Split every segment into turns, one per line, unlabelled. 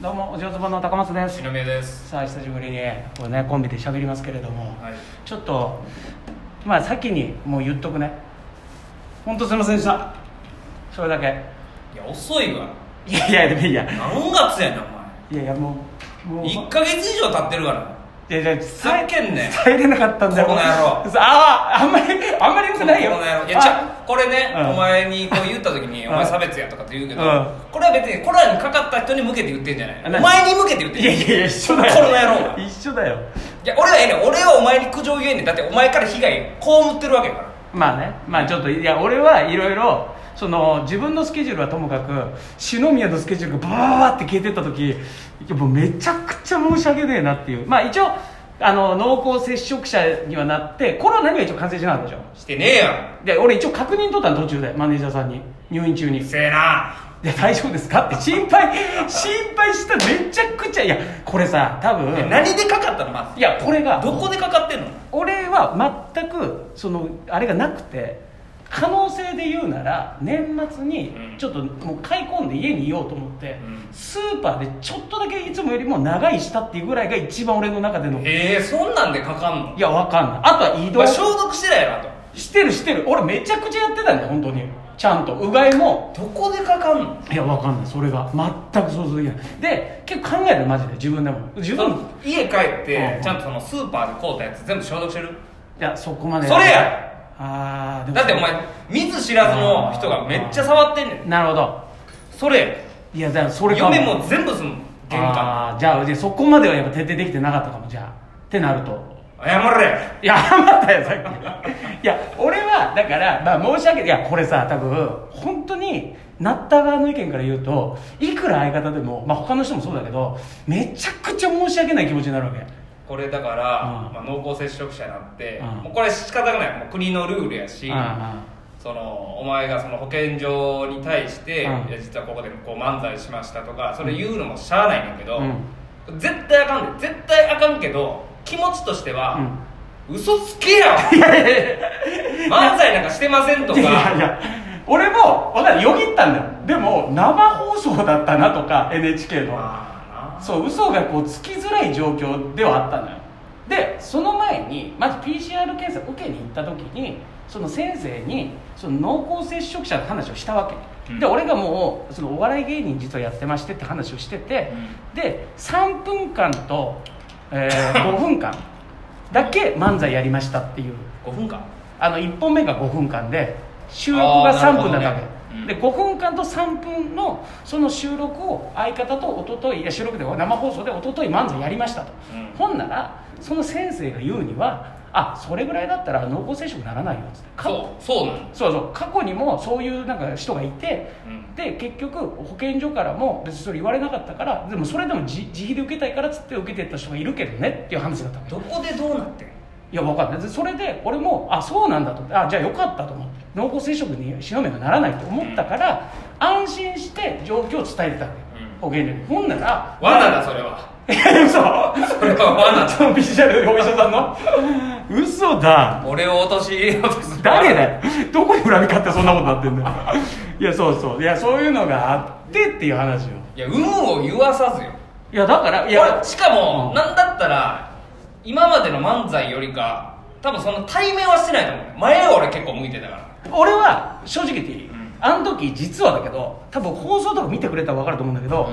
どうもお上手本の高松です
篠宮です
さあ久しぶりにこれねコンビで喋りますけれども
はい
ちょっとまあ先にもう言っとくね本当すいませんでしたそれだけ
いや遅いわ
いやいやでもいいや
何月やねん
いやいやもう
お
もう
前1ヶ月以上経ってるから
いやいや
ふざけんねん
伝えれなかったんだよ
この野郎
さあああんまりあんまり良くないよ
この野郎いや
あ
じゃこれね、
うん
お前にこう言った時に「
う
お
ん
前差別や」とかって言うけど、
うん
これは別にコラにかかった人に向けて言ってんじゃない
あ
お
何
前に向けて言ってん
いやいやいや一緒だよ
この野郎
一緒だよ
いや俺はええねん俺はお前に苦情言えんねんだってお前から被害被ってるわけやから
まあねまあちょっといや俺はいろいろその自分のスケジュールはともかく篠宮のスケジュールがババババって消えてった時いやもうめちゃくちゃ申し訳ねえなっていうまあ一応あの濃厚接触者にはなってコロナには一応感染しなかったでしょ
してねえや
で俺一応確認取ったの途中でマネージャーさんに入院中に
んうるせえな
で大丈夫ですかって心配心配しためちゃくちゃいやこれさ多分
え何でかかったのま
いやこれが
ずどこでかかってんの
俺は全くそのあれがなくて可能性で言うなら年末に
うん
ちょっともう買い込んで家にいようと思って、
うん
スーパーでちょっとだけいつもよりも長いしたっていうぐらいが一番俺の中での、
ええそんなんでかかんの
いやわかんないあとは移
お
動
前消毒してないやなと
してるしてる俺めちゃくちゃやってたんだよ本当にちゃんとうがいも
どこでかかんの
いやわかんないそれが全く想像できないで結構考えてるマジで自分でも自分い
家帰っ
う
て
ん
ちゃんとそのスーパーで買うたやつ全部消毒してる
やそこまで
それや
ああ
だってお前見ず知らずの人がめっちゃ触ってんねん
なるほど
それ
いやだからそれか
嫁も全部すんの玄関
あーじゃあじゃあそこまではやっぱ徹底できてなかったかもじゃあってなると
謝れ
いや 謝ったよさっきいや俺はだからまあ申し訳ないいやこれさ多分本当になった側の意見から言うといくら相方でもまあ他の人もそうだけどめちゃくちゃ申し訳ない気持ちになるわけ
これだか
う
ら、
ん
まあ、濃厚接触者になって、
うん
もうこれ仕方がないもう国のルールやし、
うんうん
そのお前がその保健所に対して、
うん
いや実はここでこう漫才しましたとかそれ言うのもしゃあないねんけど、
う
絶対あかんで絶対あかんけど気持ちとしては、嘘つけや 漫才なんかしてませんとか
いやいや俺も分かるよぎったんだよでも生放送だったなとか NHK の
まあな
そう嘘がこうつきづらい状況ではあったのよでその前にまず PCR 検査受けに行った時にその先生にその濃厚接触者の話をしたわけ、
うん
で俺がもうそのお笑い芸人実はやってましてって話をしてて、で3分間と、え5分間だけ漫才やりましたっていう
5分間
あの1本目が5分間で収録が3分だったわけ、
あーなるほどねうん
で5分間と3分のその収録を相方と一昨日いや収録では生放送で一昨日漫才やりましたと、
うん
ほんならその先生が言うにはあそれぐらいだったら濃厚接触ならないよっつって過去
そうそうなの、
そうそう過去にもそういうなんか人がいて
うん
で結局保健所からも別にそれ言われなかったからでもそれでも自自費で受けたいからっつって受けてった人がいるけどねっていう話だったわけ
どこでどうなってん
いや分かんないでそれで俺もあそうなんだと思ってあじゃあよかったと思って濃厚接触にしのめがならないと思ったから、安心して状況を伝えてたわけ、
うん
保健所にほんなら
罠だそれは
え 嘘
それは罠だ
そ のビジュアルお医者さんの嘘だ
俺を陥れようとする
誰だよどこに恨み買ってそんなことなってんだよいやそうそういやそういうのがあってっていう話よ
いや有無を言わさずよ
いやだからい
いや
や
しかも、
うん
なんだったら今までの漫才よりか多分その対面はしてないと思う前は俺結構向いてたから
俺は正直言っていい、
うん
あの時実はだけど多分放送とか見てくれたら分かると思うんだけど、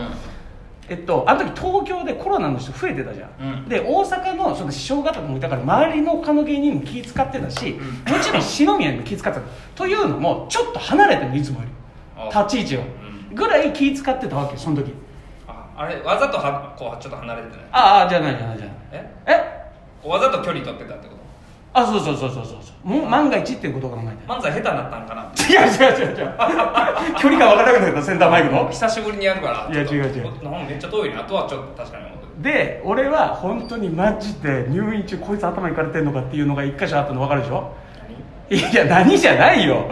えっと、あの時東京でコロナの人増えてたじゃん、
うん
で大阪のその師匠方もいたから周りの他の芸人にも気使ってたし、
うん
もちろん篠宮にも気使ってたというのもちょっと離れてるのいつもより
あ
立ち位置を、
う
ぐらい気使ってたわけよその時
ああれわざとはこうちょっと離れてない
ああじゃあないじゃないじゃない
え
え
わざと距離取ってたってこと
あそうそうそうそうそうそうもう万が一っていうことを考えて
漫才下手になったんかな
違う違う違う違う 距離感分からなくなったセンターマイクの
久しぶりにやるから
いや
ちょっと
違う違う
おなんかめっちゃ遠いなとはちょっと確かに思ってる
で俺は本当にマジで入院中こいつ頭いかれてんのかっていうのが一箇所あったの分かるでしょいや何じゃないよ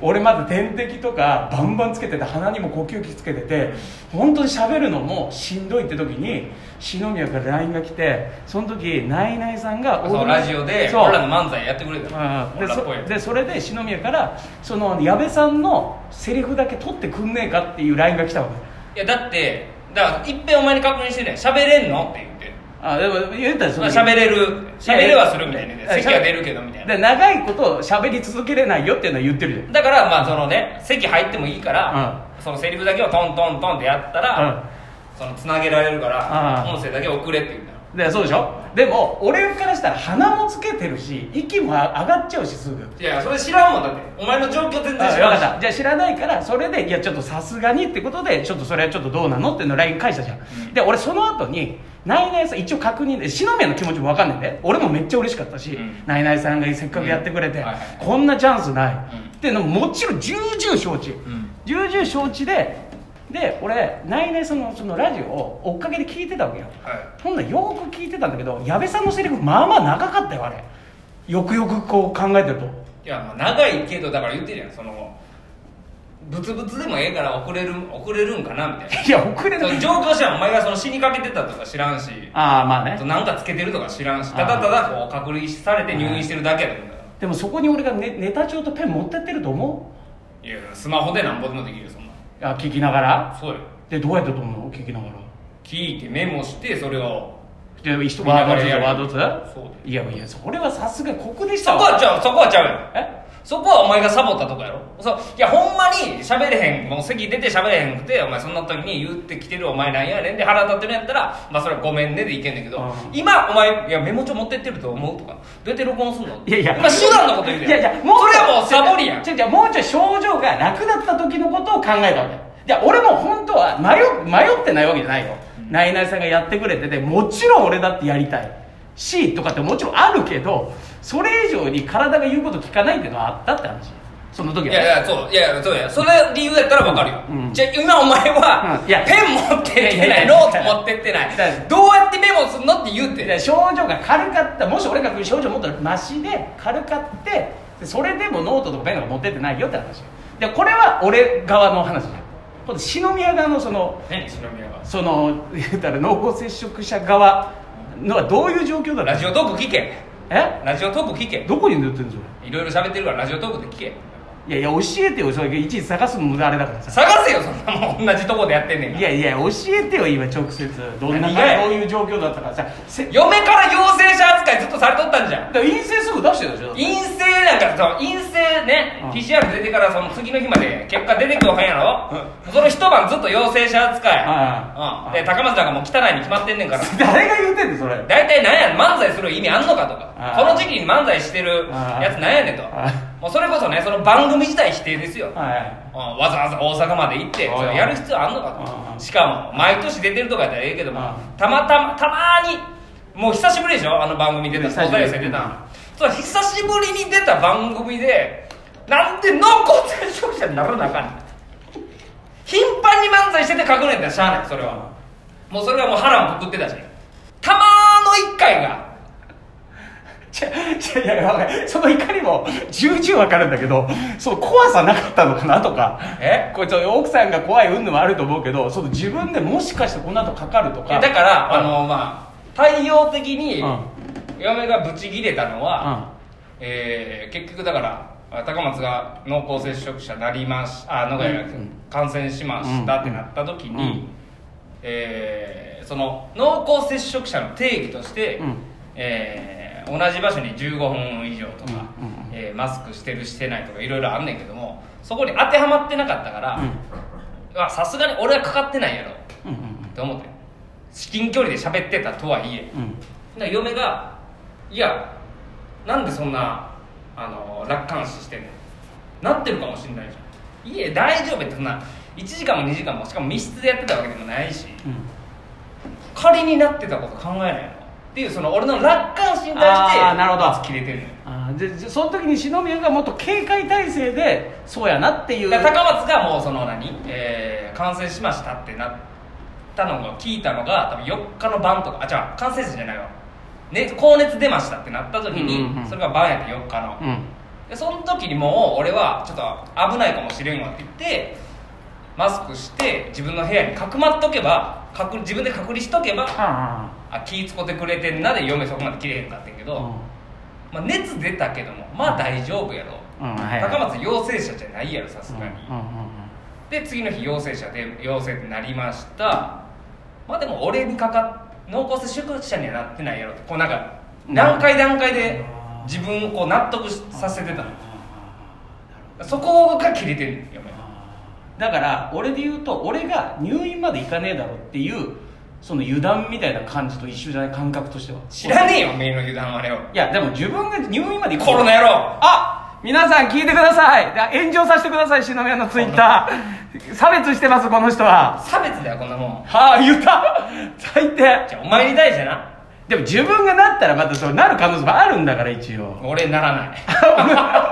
俺まだ点滴とかバンバンつけてて鼻にも呼吸器つけてて本当に喋るのもしんどいって時に篠宮から LINE が来てその時ナイナイさんが
何そうラジオで
そう
俺らの漫才やってくれた
うん
俺
で
らっぽい
そでそれで篠宮からその矢部さんのセリフだけ取ってくんねえかっていう LINE が来たわけ
いやだってだからいっぺんお前に確認してね喋れんのって言って
あでも言ったでしょ
まあ喋れる喋れはするみたいな席は出るけどみたいな
で長いこと喋り続けれないよっていうのは言ってるじゃん
だからまあそのね席入ってもいいから、そのセリフだけをトントントンってやったら、そのつなげられるから、
うん
音声だけ送れって言ったの
でそうでしょでも俺からしたら鼻もつけてるし息も上がっちゃうしすぐ
いやそれ知らんもんだってお前の状況全然
あ
知らん
分
し
かったじゃあ知らないからそれでいやちょっとさすがにってことでちょっとそれはちょっとどうなのっていうの LINE 返したじゃん、
ん
で俺その後にナイナイさん一応確認で篠宮の気持ちも分かんないんで俺もめっちゃ嬉しかったし、
うん
ナイナイさんがせっかくやってくれて、
うんはいはい
こんなチャンスない、
ん
っていうのももちろん重々承知、
ん
重々承知でで俺ナイナイさんのそのラジオを追っかけで聞いてたわけよ、
は
ほんならよく聞いてたんだけど矢部さんのセリフまあまあ長かったよあれよくよくこう考えてると
い、いやまあ長いけどだから言ってるやんそのブツブツでもええから遅れる遅れるんかなみたいな
いや遅れ
そ
な
の
い
状況知らんお前がその死にかけてたとか知らんし
ああまあね
あとなんかつけてるとか知らんし、ただただこう隔離されて入院してるだけやと思うんだか
でもそこに俺がネネタ帳とペン持ってってると思
ら。いやいや、スマホでなんぼでもできるよ、そん
うい
な。
や聞きながら
そうよ。
でどうやってと思うの聞きながら
聞いてメモして、それを。
で一
見な
ワ
が
ード
ら
ずつ
やる
ワードずつ
そうだよ
いやいやそれはさすがここでした
そこはちゃう、そこはちゃうよ。
え
そこはお前がサボったとかやろそういやほんまに喋れへんもう席出て喋れへんくてお前そんな時に言ってきてるお前なんやねんで腹立ってるんやったらまあそれはごめんねでいけんねんけど、
うん
今お前いやメモ帳持ってってると思うとかどうやって録音すんの
いやいや
今手段のこと言うて
いやいやもう
それはもうサボりやん
じゃじゃもうちょい症状が楽だった時のことを考えたわけじゃ俺も本当は迷迷ってないわけじゃないよ、ナイナイさんがやってくれててもちろん俺だってやりたいしとかってもちろんあるけどそれ以上に体が言うこと聞かないっていうのはあったって話その時
い
はね
やいやそういやいやそうやそれ理由やったらわかるよ、
うん
じゃあ今お前は、
うんいや
ペン持ってって
いや
ない
や
い
い
ノ
や
ート持ってってな
だ
い
から
どうやってメモすんのって言うて
で症状が軽かったもし俺が症状もっとマシで軽かってでそれでもノートとかペンとか持ってってないよって話よでこれは俺側の話じゃん今度篠宮側のその
何篠宮が
その言ったら濃厚接触者側のはどういう状況だろ
ラ
う
ジオトーク聞け
え
ラジオトーク聞け
どこに塗ってんのそ
いろいろ喋ってるからラジオトークで聞け
れいやいや教えてよそれいちいち探すの無駄あれだからさ
探せよそんなもん同じとこでやってんねん
い
から
やいや教えてよ今直接どんな
何がや
どういう状況だったかさせだか
嫁から陽性者扱いずっとされとったんじゃん
ら陰性すぐ出してるでしょ
陰性なんかその陰性ね、
うん
PCR 出てからその次の日まで結果出てこへんやろ、その一晩ずっと陽性者扱い、
うん
うんで高松なんかもう汚いに決まってんねんから
誰が言ってんのそれ
大体なんや漫才する意味あんのかとか
あー
この時期に漫才してるやつなんやねんと
あー
もうそれこそねその番組自体否定ですよ、
はい
うんわざわざ大阪まで行って
おいおい
それやる必要あんのか
あ
と
ー
しかも毎年出てるとかやったらええけども
あ
たまたまたまにもう久しぶりでしょあの番組出た
久し
東
ぶり
大生出たのそう久しぶりに出た番組でなんで濃厚接触者にならなあかんねん頻繁に漫才してて隠れてたらしゃあないそれはもうそれはもう腹もくくってたしたまの一回が
ちゃちゃいやいやわかるその怒りも重々わかるんだけどその怖さなかったのかなとか
え
これちょっと奥さんが怖い云々もあると思うけどその自分でもしかしてこの後かかると
いや
か
だからあのまあ対応的に
うん
嫁がブチギレたのは、
あ
えー結局だからあ高松が濃厚接触者なりましあの、
うん
感染しましたってなった時に、
うん
えーその濃厚接触者の定義として、
うん
えー同じ場所に15分以上とか、
うんうんうん
えーマスクしてるしてないとかいろいろあんねんけどもそこに当てはまってなかったから
うん
まあさすがに俺はかかってないやろ
うん
って思って至近距離で喋ってたとはいえ
うんうん
だから嫁が「いやなんでそんなあの楽観視してんのなってるかもしんないじゃん」「いえ大丈夫」ってそんな1時間も2時間もしかも密室でやってたわけでもないし
うん
仮になってたこと考えないのっていうその俺の楽観視に対して
あーなるほど
切れてるのよ
あーじゃじゃその時に篠宮がもっと警戒態勢でそうやなっていう
だから高松がもうその何、えー感染しましたってなったのが聞いたのが多分4日の晩とかあ違う感染者じゃないわ、ね、高熱出ましたってなった時に、
うんうんうん
それが晩やって4日の、
うん
でその時にもう俺はちょっと危ないかもしれんわって言ってマスクして自分の部屋にかくまっとけば隔離自分で隔離しとけば
あ
あ気ぃ使ってくれてんなで嫁そこまで切れへんかってんけ
あ
ど、まあ、熱出たけどもまあ大丈夫やろ、
うんはい
高松陽性者じゃないやろさす
うん
がに、
うんうんうん
で次の日陽性者で陽性になりましたまあでも俺にかかっ濃厚接触者にはなってないやろってこうなんか段階段階で自分をこう納得しさせてたのそこが切れてるんやっぱり
だから俺で言うと俺が入院まで行かねえだろっていうその油断みたいな感じと一緒じゃない感覚としては
知らねえよおめえの油断はあれを
いやでも自分が入院まで行く
コロナ野郎
あ皆さん聞いてくださいあ炎上させてください篠宮のツイッター差別してますこの人は
差別だよこんなもん
はあ言った最低
じゃあお前に対してな
でも自分がなったらまたそうなる可能性もあるんだから一 応
俺ならない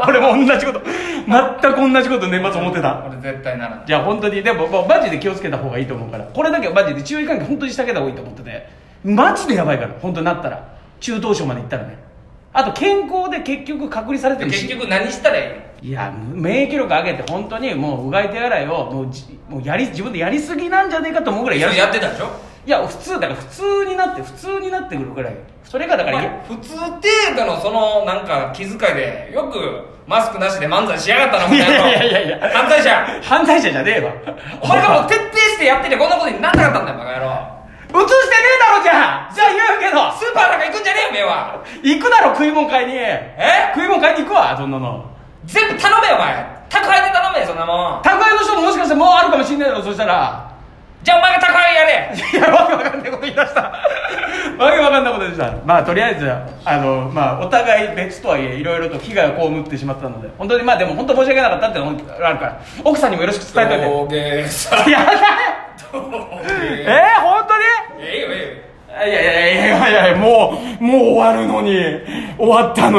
俺も同じこと全く同じこと年末思ってた
俺絶対ならない
じゃあ本当にでももうマジで気をつけた方がいいと思うからこれだけはマジで注意喚起本当にしてあげた方がいいと思っててマジでやばいから本当になったら中等症までいったらねあと健康で結局隔離されて
で
る
結
し
局何したらいいの
いや免疫力上げて本当にもううがい手洗いをもうじもうやり自分でやりすぎなんじゃねえかと思うぐらいや
そ
る
れやってたでしょ
いや普通だから普通になって普通になってくるぐらいそれがだからいや
普通程度のそのなんか気遣いでよくマスクなしで漫才しやがったなみたいない
やいやいやいや
犯罪者
犯罪者じゃねえわ
お前がもう徹底してやっててこんなことになんなかったんだよバカ野郎
映してねえだろじゃあじゃあ言うけど
スーパーなんか行くんじゃねえよおめえは
行くだろ食い物買いに
え
食い物買いに行くわそんなの
全部頼めよお前宅配で頼めよそんなもん
宅配の人ももしかしてもうあるかもしれないだろそしたら
じゃあお前が宅配やれ
いやわけわかんないこと言い出したわけわかんないこと言い出したまあとりあえずあのまあお互い別とはいえいろいろと被害を被ってしまったので本当にまあでも本当申し訳なかったっていうのがあるから奥さんにもよろしく伝えといて
芸さ
いやだえー、
え
本当に
ええよええよ
いやいやいやいやいやもうもう終わるのに終わったのに